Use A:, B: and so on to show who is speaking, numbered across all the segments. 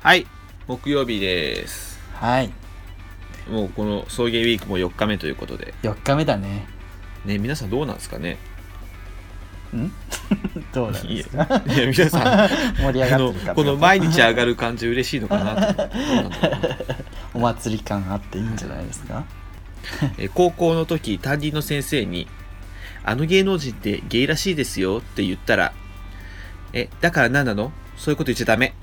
A: はい木曜日です
B: はい
A: もうこの送迎ウィークも4日目ということで
B: 4日目だね
A: ね皆さんどうなんですかね
B: んどうなん
A: い
B: で
A: や
B: すか
A: いや皆 さん
B: 盛り上
A: あ
B: がっ
A: の
B: てるか
A: この毎日上がる感じ嬉しいのかなと思ってどうなんだろう
B: お祭り感あっていいんじゃないですか
A: えー高校の時担任の先生に「あの芸能人ってゲイらしいですよ」って言ったら「えだから何なのそういうこと言っちゃダメ」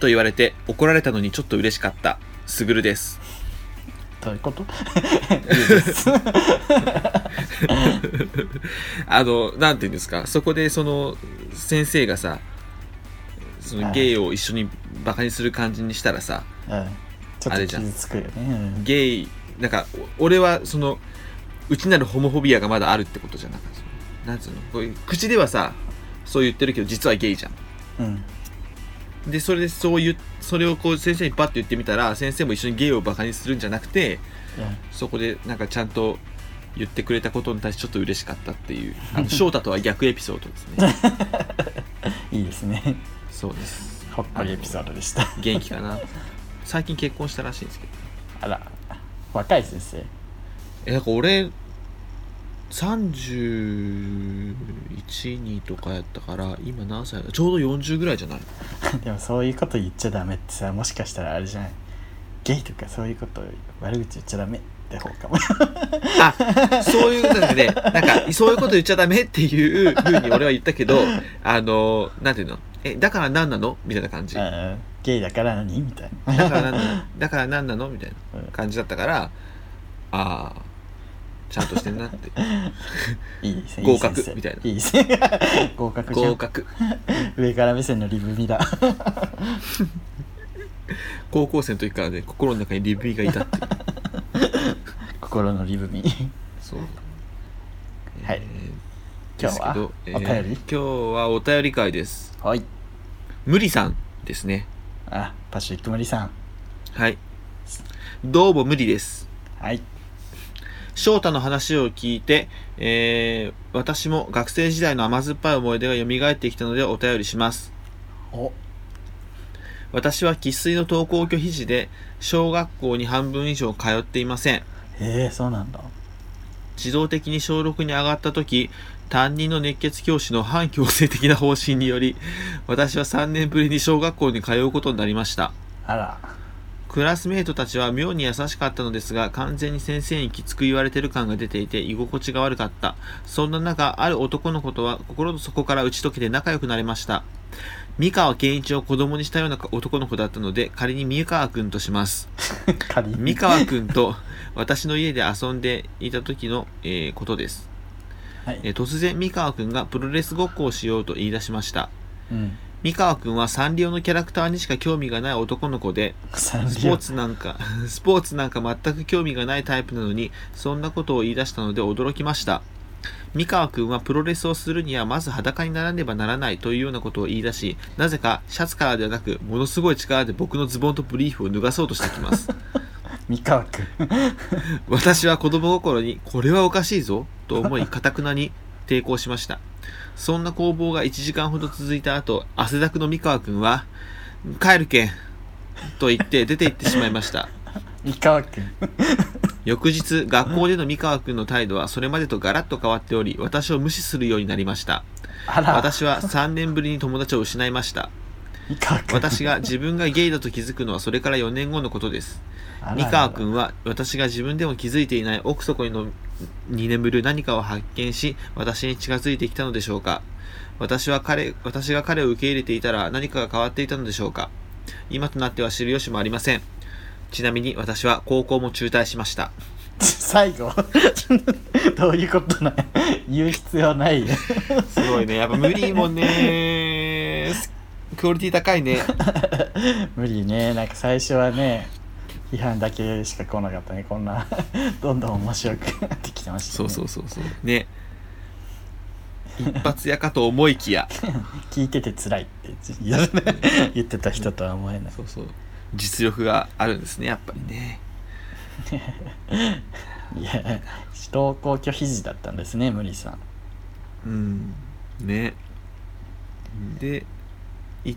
A: と言われて怒られたのにちょっと嬉しかったすぐるです
B: どういうことい いです
A: あのなんて言うんですかそこでその先生がさそ
B: は
A: の
B: い
A: ゲイを一緒にバカにする感じにしたらさ
B: うんちょ
A: あ
B: っ
A: れ
B: と
A: じゃん
B: 傷つくよねうん
A: ゲイなんかお俺はその内なるホモフォビアがまだあるってことじゃんなんかそのなんつうのこういう口ではさそう言ってるけど実はゲイじゃん
B: うん
A: でそれでそういうそれをこう先生にパッと言ってみたら先生も一緒にゲイをバカにするんじゃなくてそこでなんかちゃんと言ってくれたことに対してちょっと嬉しかったっていうあの翔太とは逆エピソードです ね
B: うんいいですね
A: そうです
B: ほっこりエピソードでした
A: 元気かな最近結婚したらしいんですけど
B: あら若い先生
A: えなんか俺312とかやったから今何歳だちょうど40ぐらいじゃない
B: でもそういうこと言っちゃダメってさもしかしたらあれじゃないゲイとかそういうこと悪口言っちゃダメって方かも
A: あそういうことですねなんかそういうこと言っちゃダメっていうふうに俺は言ったけどあのなんていうのえだから何なのみたいな感じ
B: う
A: だ
B: んゲイだから何みたいな
A: から何なのだから何なのみたいな感じだったからああちゃんとしてんなって
B: いいですね
A: 合格
B: 先生
A: みたいない
B: いですね合格じゃん
A: 合格
B: 上から目線のリブミだ
A: 高校生の時からね心の中にリブイがいたっていう
B: 心のリブミ
A: そう
B: は
A: え
B: い
A: ーですけど
B: 今日は
A: えー
B: お便
A: 今
B: り
A: 日はお便り会です
B: はい
A: 無理さんですね
B: あパシフィックマリさん
A: はいどうも無理です
B: はい
A: 翔太の話を聞いて、えー私も学生時代の甘酸っぱい思い出が蘇ってきたのでお便りします。
B: お
A: 私は生粋の登校拒否児で、小学校に半分以上通っていません。
B: へえそうなんだ
A: 自動的に小6に上がった時、担任の熱血教師の反強制的な方針により、私は3年ぶりに小学校に通うことになりました。
B: あら
A: クラスメートたちは妙に優しかったのですが、完全に先生にきつく言われてる感が出ていて、居心地が悪かった。そんな中、ある男の子とは心の底から打ち解けて仲良くなれました。三川健一を子供にしたような男の子だったので、仮に三川くんとします。
B: 仮
A: 三川くんと私の家で遊んでいた時の、えーことです。
B: はい
A: えー突然、三川くんがプロレスごっこをしようと言い出しました。
B: うん
A: 三川くんはサンリオのキャラクターにしか興味がない男の子で、
B: サン
A: ス
B: リ
A: ポ
B: オ
A: ーツなんか、 スポーツなんか全く興味がないタイプなのに、そんなことを言い出したので驚きました。三河くんはプロレスをするにはまず裸にならねばならないというようなことを言い出し、なぜかシャツからではなく、ものすごい力で僕のズボンとブリーフを脱がそうとしてきます。
B: 三河くん
A: 私は子供心にこれはおかしいぞと思いかたくなに抵抗しましたそんな攻防が1時間ほど続いた後汗だくの三河くんは「帰るけん」と言って出て行ってしまいました
B: 三河くん
A: 翌日学校での三河くんの態度はそれまでとガラッと変わっており私を無視するようになりました
B: あら
A: 私は3年ぶりに友達を失いました
B: 三河くん
A: 私が自分がゲイだと気づくのはそれから4年後のことです
B: あら
A: 三河君は私が自分でも気づいていない奥底にのに眠る何かを発見し私に近づいてきたのでしょうか私は彼私が彼を受け入れていたら何かが変わっていたのでしょうか今となっては知る由もありませんちなみに私は高校も中退しました
B: 最後 どういうことなん言う必要ないよ
A: すごいねやっぱ無理もねクオリティ高いね
B: 無理ねなんか最初はね批判だけしか来なかったねこんなどんどん面白くなってきてました、ね、
A: そうそうそうそうね一発屋かと思いきや
B: 聞いてて辛いって言って言ってた人とは思えない
A: そうそう実力があるんですねやっぱりね
B: いや登校拒否時だったんですね無理さん
A: うんねでい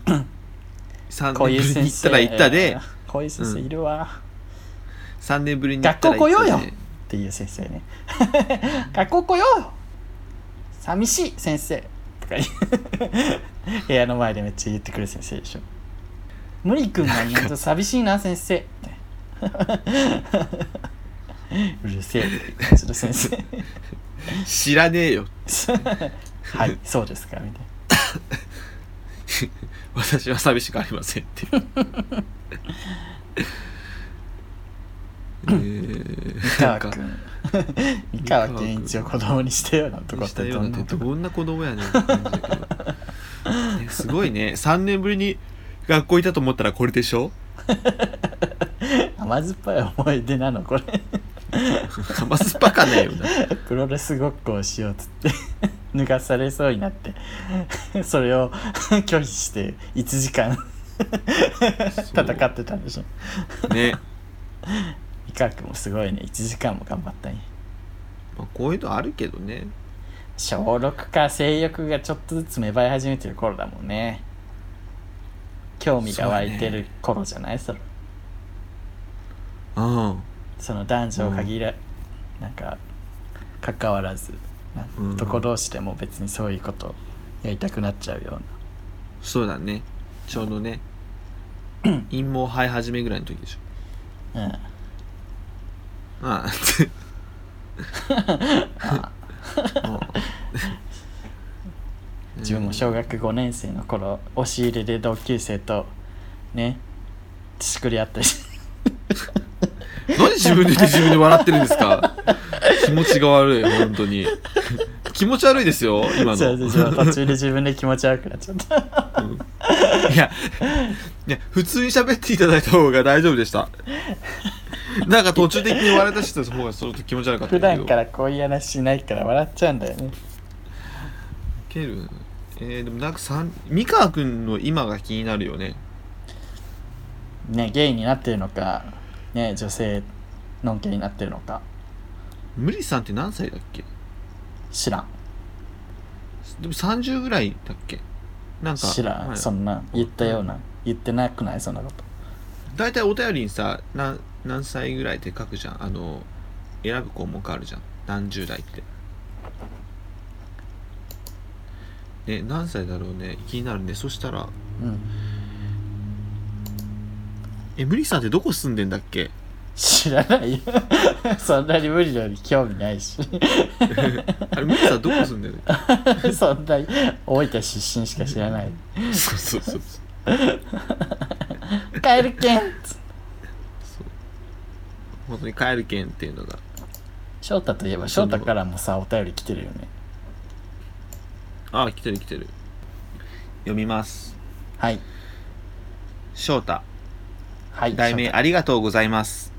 A: 3
B: こうい
A: 年
B: う
A: ぶりに行っ
B: 先
A: た
B: 生
A: ら行ったで、
B: こういう先生いるわ、
A: 3年ぶりに行ったら行った
B: 学校来よう
A: で
B: よっていう先生 ね学校来ようよ寂しい先生とか言う部屋の前でめっちゃ言ってくる先生でしょ無理くんがいないと寂しいな先生うるせえって感じの先生
A: 知らねえよ
B: はいそうですかみたいな
A: 私は寂しくありま せんってえー
B: 三
A: なん
B: 河く
A: か
B: ん三河くん一応子供にしたようなとこっ
A: した
B: て
A: よ
B: ど
A: うんな
B: な
A: って
B: とこ
A: どんな子供やねんって感じだけどねすごいね3年ぶりに学校いたと思ったらこれでしょ
B: 甘酸っぱい思い出なのこれ
A: 甘酸っぱかないよな
B: プロレスごっこをしようっつって 脱がされそうになって それを拒否して1時間
A: そう
B: 戦ってたんでしょ
A: ね、
B: 美川君もすごいね1時間も頑張ったね
A: まあ、こういうのあるけどね
B: 小6か性欲がちょっとずつ芽生え始めてる頃だもんね興味が湧いてる頃じゃないそ,、
A: うん
B: その男女を限ら、なんか関わらずなんか
A: うん
B: 男同士でも別にそういうことやりたくなっちゃうような
A: そうだねちょうど ね陰謀生え始めぐらいの時でしょ
B: うん
A: ああうん
B: 自分も小学5年生の頃押し入れで同級生とねしくり合ったりし
A: 何自分で言って自分で笑ってるんですか気持ちが悪い本当に気持ち悪いですよ今の
B: そうそうそう途中で自分で気持ち悪くなっちゃった
A: いや、いや、普通に喋っていただいた方が大丈夫でした。なんか途中的に笑い出してた方がちょっと気持ち悪かった
B: 普
A: んだけ
B: 段
A: ど。
B: からこういう話しないから笑っちゃうんだよね
A: けるえー、でもなんか三三河くんの今が気になるよね。
B: ねゲイになってるのかね女性のんけになってるのか
A: 無理さんって何歳だっけ
B: 知らん
A: でも30ぐらいだっけなんか、
B: 知らん、
A: はい
B: そんな言ったような言ってなくないそんなこと
A: 大体お便りにさ、なん何歳ぐらいって書くじゃん。あの、選ぶ項目あるじゃん。何十代って。ね、何歳だろうね。気になるね。そしたら、
B: うん
A: え、無理さんってどこ住んでんだっけ
B: 知らないよ そんなに無理より興味ないし
A: あれ、無理さんどこ住んでる
B: そんなに大分出身しか知ら ない
A: そうそうそうそ
B: 帰るけん
A: う。本当に帰る券っていうのが。
B: 翔太といえば翔太からもさお便り来てるよね
A: あ、来てる来てる。読みます。
B: はい
A: 翔太。
B: はい
A: 題名
B: 翔
A: ありがとうございます。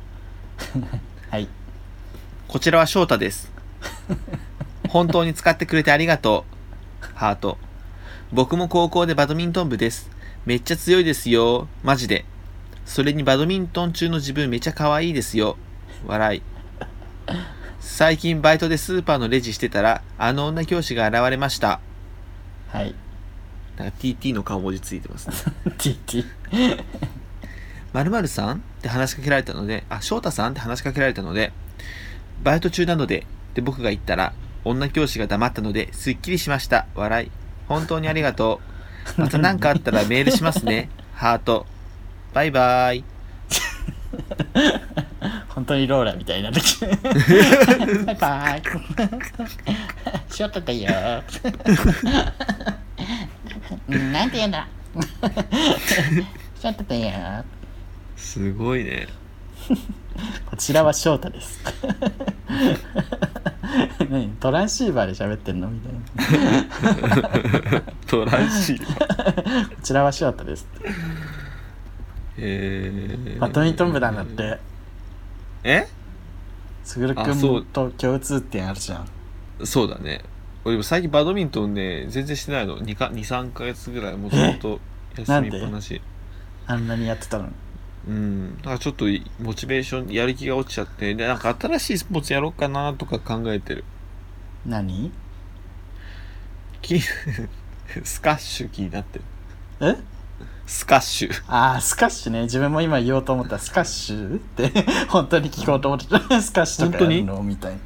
B: 太はい
A: こちらは翔太 です。本当に使ってくれてありがとう。ハート。僕も高校でバドミントン部です。めっちゃ強いですよ。マジで。それにバドミントン中の自分めちゃ可愛いですよ。笑い。最近バイトでスーパーのレジしてたら、あの女教師が現れました。
B: はい
A: なんか TT の顔文字ついてますね。
B: TT
A: まるさんって話しかけられたので、あ、翔太さんって話しかけられたので、バイト中なので、で僕が言ったら、女教師が黙ったので、すっきりしました。笑い。本当にありがと う。また何かあったらメールしますね。ハート。バイバイ。
B: 本当にローラみたいになっ てきてバイバイ翔太だようんなんて言うんだ翔太だよ
A: すごいね。
B: こちらは翔太です何トランシーバーで喋ってんのみたいな
A: トランシー バー。
B: こちらは翔太です
A: えー
B: バドミントン部なんだって
A: え
B: すぐるく
A: あそうん
B: と共通点あるじゃん
A: そうだね。俺でも最近バドミントンね、全然してないの。2か、2、3ヶ月ぐらい、もともと休みっぱなし。
B: あんなにやってたのに
A: うん、なんかちょっといモチベーションやる気が落ちちゃってでなんか新しいスポーツやろうかなとか考えてる
B: 何
A: きスカッシュ気になってる
B: え
A: スカッシュ。
B: ああ、スカッシュね。自分も今言おうと思ったスカッシュって、 本当に聞こうと思ってた。スカッシュとかやるのみたいな。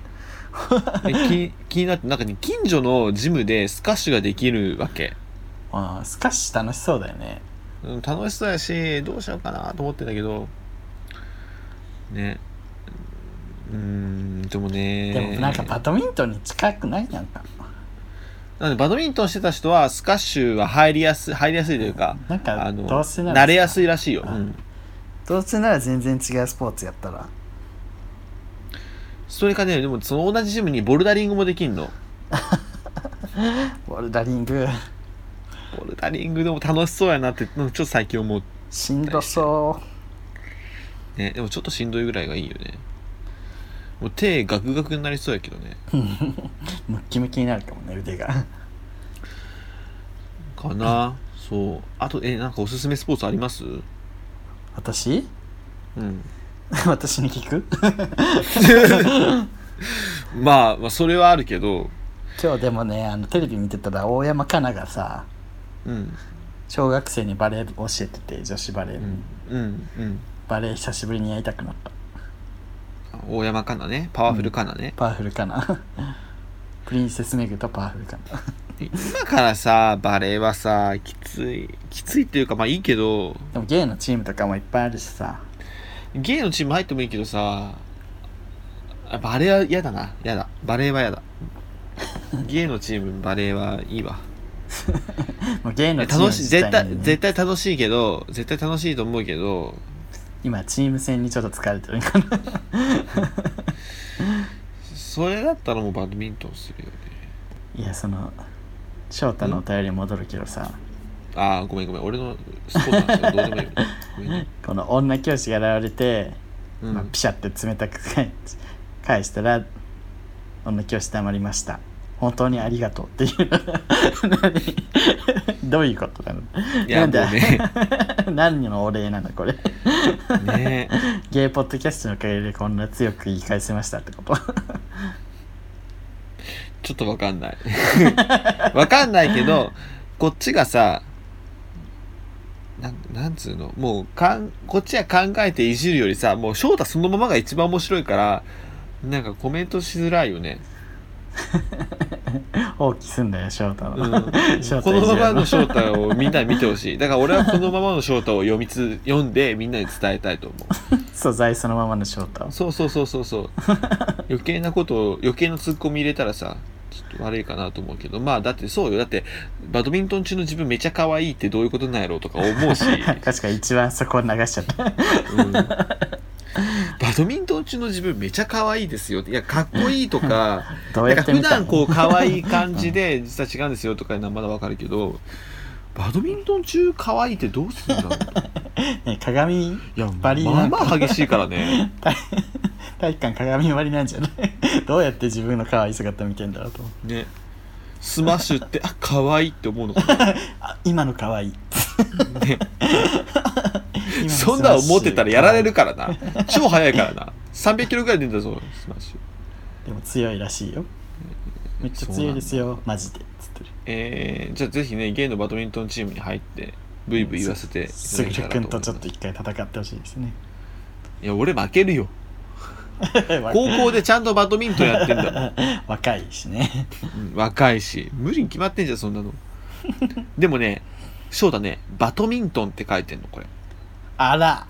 A: で気 気になって、なんかね、近所のジムでスカッシュができるわけ。
B: あースカッシュ楽しそうだよね。
A: うん、楽しそうやし、どうしようかなと思ってんだけど、ね。うーん、でもね。
B: でもなんかバドミントンに近くないなんか。
A: なのでバドミントンしてた人はスカッシュは入りやすい入りやすいというか、
B: なんか
A: あの
B: どうせなら
A: 慣れやすいらしいよ、
B: あ
A: うん
B: どうせなら全然違うスポーツやったら。
A: それかねでもその同じジムにボルダリングもできんの
B: ボルダリング、
A: ボルダリングでも楽しそうやなってうんちょっと最近思う、
B: しんどそ
A: ね、でもちょっとしんどいぐらいがいいよねもう手ガクガクになりそうやけどね
B: う。ムッキムキになるかもね、腕が。
A: かなそうあとえなんかおすすめスポーツあります
B: 私
A: うん
B: 私に聞く
A: まあ、まあそれはあるけど
B: 今日でもね、あのテレビ見てたら大山かながさ、
A: うん
B: 小学生にバレー教えてて、女子バレー
A: う
B: の、
A: んうんうん
B: バレー久しぶりにやりたくなった。
A: あ大山かなねパワフルかなね、
B: パワフルかな プリンセスメグとパワフルかな
A: 今からさバレーはさきついきついっていうかまあいいけど
B: でもゲイのチームとかもいっぱいあるしさ
A: ゲイのチーム入ってもいいけどさあバレーは嫌だな嫌だバレーは嫌だゲイのチームバレーはいいわ
B: もうゲイのチーム
A: 楽しい絶対
B: 自体にね
A: 絶対楽しいけど絶対楽しいと思うけど
B: 今チーム戦にちょっと疲れてるかな
A: それだったらもうバドミントンするよね
B: いやその翔太のお便りに戻るけどさ
A: ああごめんごめん俺のスポーツなんてどうでもいいよごめんね、
B: この女教師が現れて、
A: うん
B: まあ、ピシャって冷たく返返したら女教師黙りました本当にありがとうっていう 何どういうことなの
A: いや
B: なんだ
A: もう ね
B: 何のお礼なのこれ
A: ね
B: ゲイポッドキャストのおかげでこんな強く言い返せましたってこと
A: ちょっとわかんない。 わかんないけど、こっちがさ、なん、なんつうの、もうかん、こっちは考えていじるよりさ、もう翔太そのままが一番面白いから、なんかコメントしづらいよね。
B: 放棄すんだよ翔太の、
A: うん
B: 翔
A: こ
B: 太
A: の
B: いじ
A: ま
B: る
A: まの翔太をみんな見てほしい。だから俺はこのままの翔太を読みつ、読んでみんなに伝えたいと思
B: 素材そのままの翔太
A: う。そうそうそうそうそう。余計なことを、余計なツッコミ入れたらさ、ちょっと悪いかなと思うけど、まあだってそうよ。だって、バドミントン中の自分めちゃ可愛いってどういうことなんやろうとか思うし、
B: 確かに一番そこを流しちゃった
A: うんバドミントン中の自分めちゃ可愛いですよっていやかっこいいとか
B: どう
A: なん
B: や
A: か
B: って見
A: 普
B: た
A: 段こ
B: の
A: う可愛い感じで実は違うんですよとかいうのはまだわかるけどバドミントン中可愛いってどうするんだろ う
B: ね鏡
A: いや
B: バリー
A: ま
B: な
A: あ
B: んか
A: まあ激しいからね
B: 体体育館鏡割りなんじゃない どうやって自分の可愛い姿見てんだろうと思う
A: ねスマッシュってあ可愛いって思うのか
B: あ今の可愛 い
A: な、ね、
B: 今の
A: そんなん思ってたらやられるからな超速いからな300キロぐらい出んだぞスマッシュ
B: でも強いらしいよめっちゃ強いですよマジでつってる
A: えー、じゃあぜひねゲイのバドミントンチームに入ってブイブイ言わせていただ
B: すぐ
A: けたら
B: くん
A: 思
B: と
A: います
B: ちょっと一回戦ってほしいですね
A: いや、俺負けるよ。高校でちゃんとバドミントンやってんだ もん。
B: 若いしね
A: うん若いし。無理に決まってんじゃん、そんなの。でもね、翔太ね、バドミントンって書いてんの、これ。
B: あら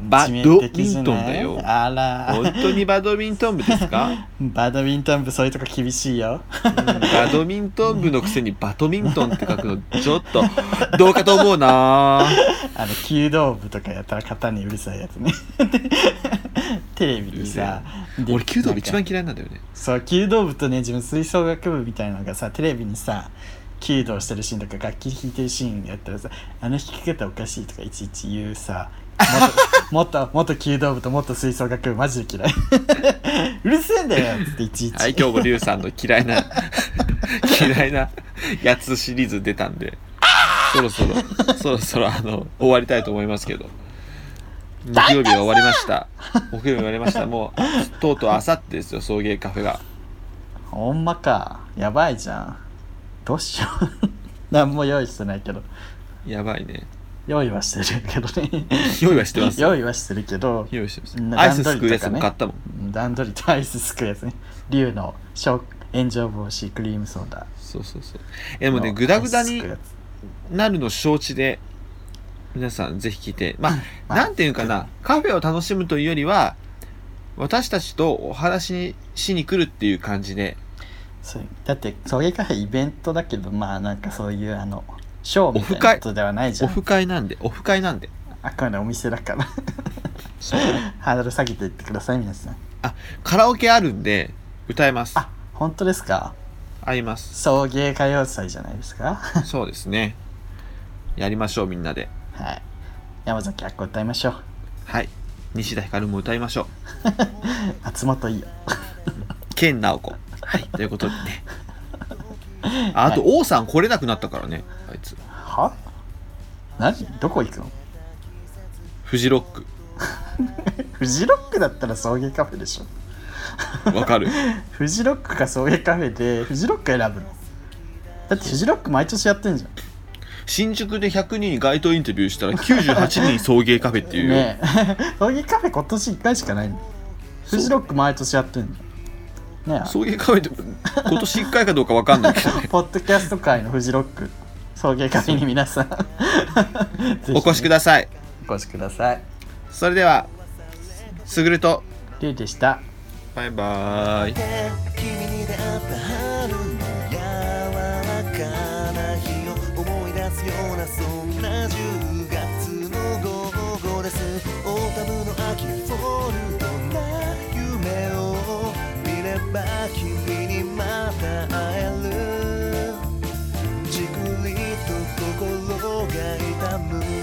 A: バドミントンだよ
B: 致命的じゃないあら
A: 本当にバドミントン部ですか、
B: バドミントン部そういうとこ厳しいよ
A: うんバドミントン部のくせにバドミントンって書くの、ちょっと、どうかと思う な
B: あの弓道部とかやったら肩にうるさいやつね テレビにさで
A: 俺、弓道部一
B: なん
A: 番
B: か
A: 嫌いなんだよね。
B: そう弓道部とね自分吹奏楽部みたいなのがさテレビにさ弓道してるシーンとか楽器弾いてるシーンやったらさあの弾き方おかしいとかいちいち言うさ 元元元弓道部と元吹奏楽部マジで嫌い うるせえんだよっつっていちいち、
A: はい、今日もリュウさんの嫌いな、嫌いなやつシリーズ出たんで、そろそろ、そろそろあの、終わりたいと思いますけど。木曜日が終わりました。木曜日が終わりました。もう、とうとうあさってですよ、送迎カフェが。
B: ほんまかや ばいじゃんどうしよう何も用意してないけど
A: やばいね。
B: 用意はしてるけどね
A: 用意はしてます。
B: 用意はしてるけど
A: 用意してます
B: う。ん
A: アイスすくうやつも
B: 段取りとかね
A: 買ったもん。
B: 段取りとアイスすくうやつね竜のショ炎上防止クリームソーダ
A: そうそうそう。えでもね、ぐだぐだに
B: アイスすくうやつ
A: なるの承知で、皆さんぜひ聞いて、まあ、
B: まあ
A: なんていうかな、カフェを楽しむというよりは、私たちとお話ししに来るっていう感じで、
B: そうだって送迎カフェイベントだけどまあなんかそういうあのショーみたい
A: オフ会
B: なことではないじ
A: オ
B: ゃん
A: フ会なんで、オフ会なんで。
B: あくまでお店だから
A: そう
B: ハードル下げていってください皆さん
A: カラオケあるんで、歌えます。
B: あ本当ですか
A: あり ます。
B: 送迎歌謡祭じゃないですか
A: そうですね。やりましょう、みんなで。
B: はい山崎あっこ歌いましょう
A: はい。西田ひかるも歌いましょう。
B: 松本いいよ
A: ケンナオコ。はい。ということで ね。ああと、王さん来れなくなったからね、あいつ。
B: は何どこ行くの
A: フジロック。
B: フジロックだったら送迎カフェでしょ
A: わかる。
B: フジロックか送迎カフェでフジロック選ぶのだってフジロック毎年やってんじゃん
A: 新宿で100人街頭インタビューしたら98人送迎カフェっていうよ、
B: ねえ 葬儀カフェ今年1回しかないのフジロック毎年やってんのね
A: 送迎カフェって今年1回かどうかわかん ないけどね
B: えポッドキャスト界のフジロック送迎カフェに皆さんぜひね
A: お越しください
B: お越しください
A: それではすぐると
B: リュウでした
A: バイバーイ
C: 君に出会った春の柔らかな日を思い出すようなそんな10月の午後ですオータムの秋フォルトな夢を見れば君にまた会えるじくりと心が痛む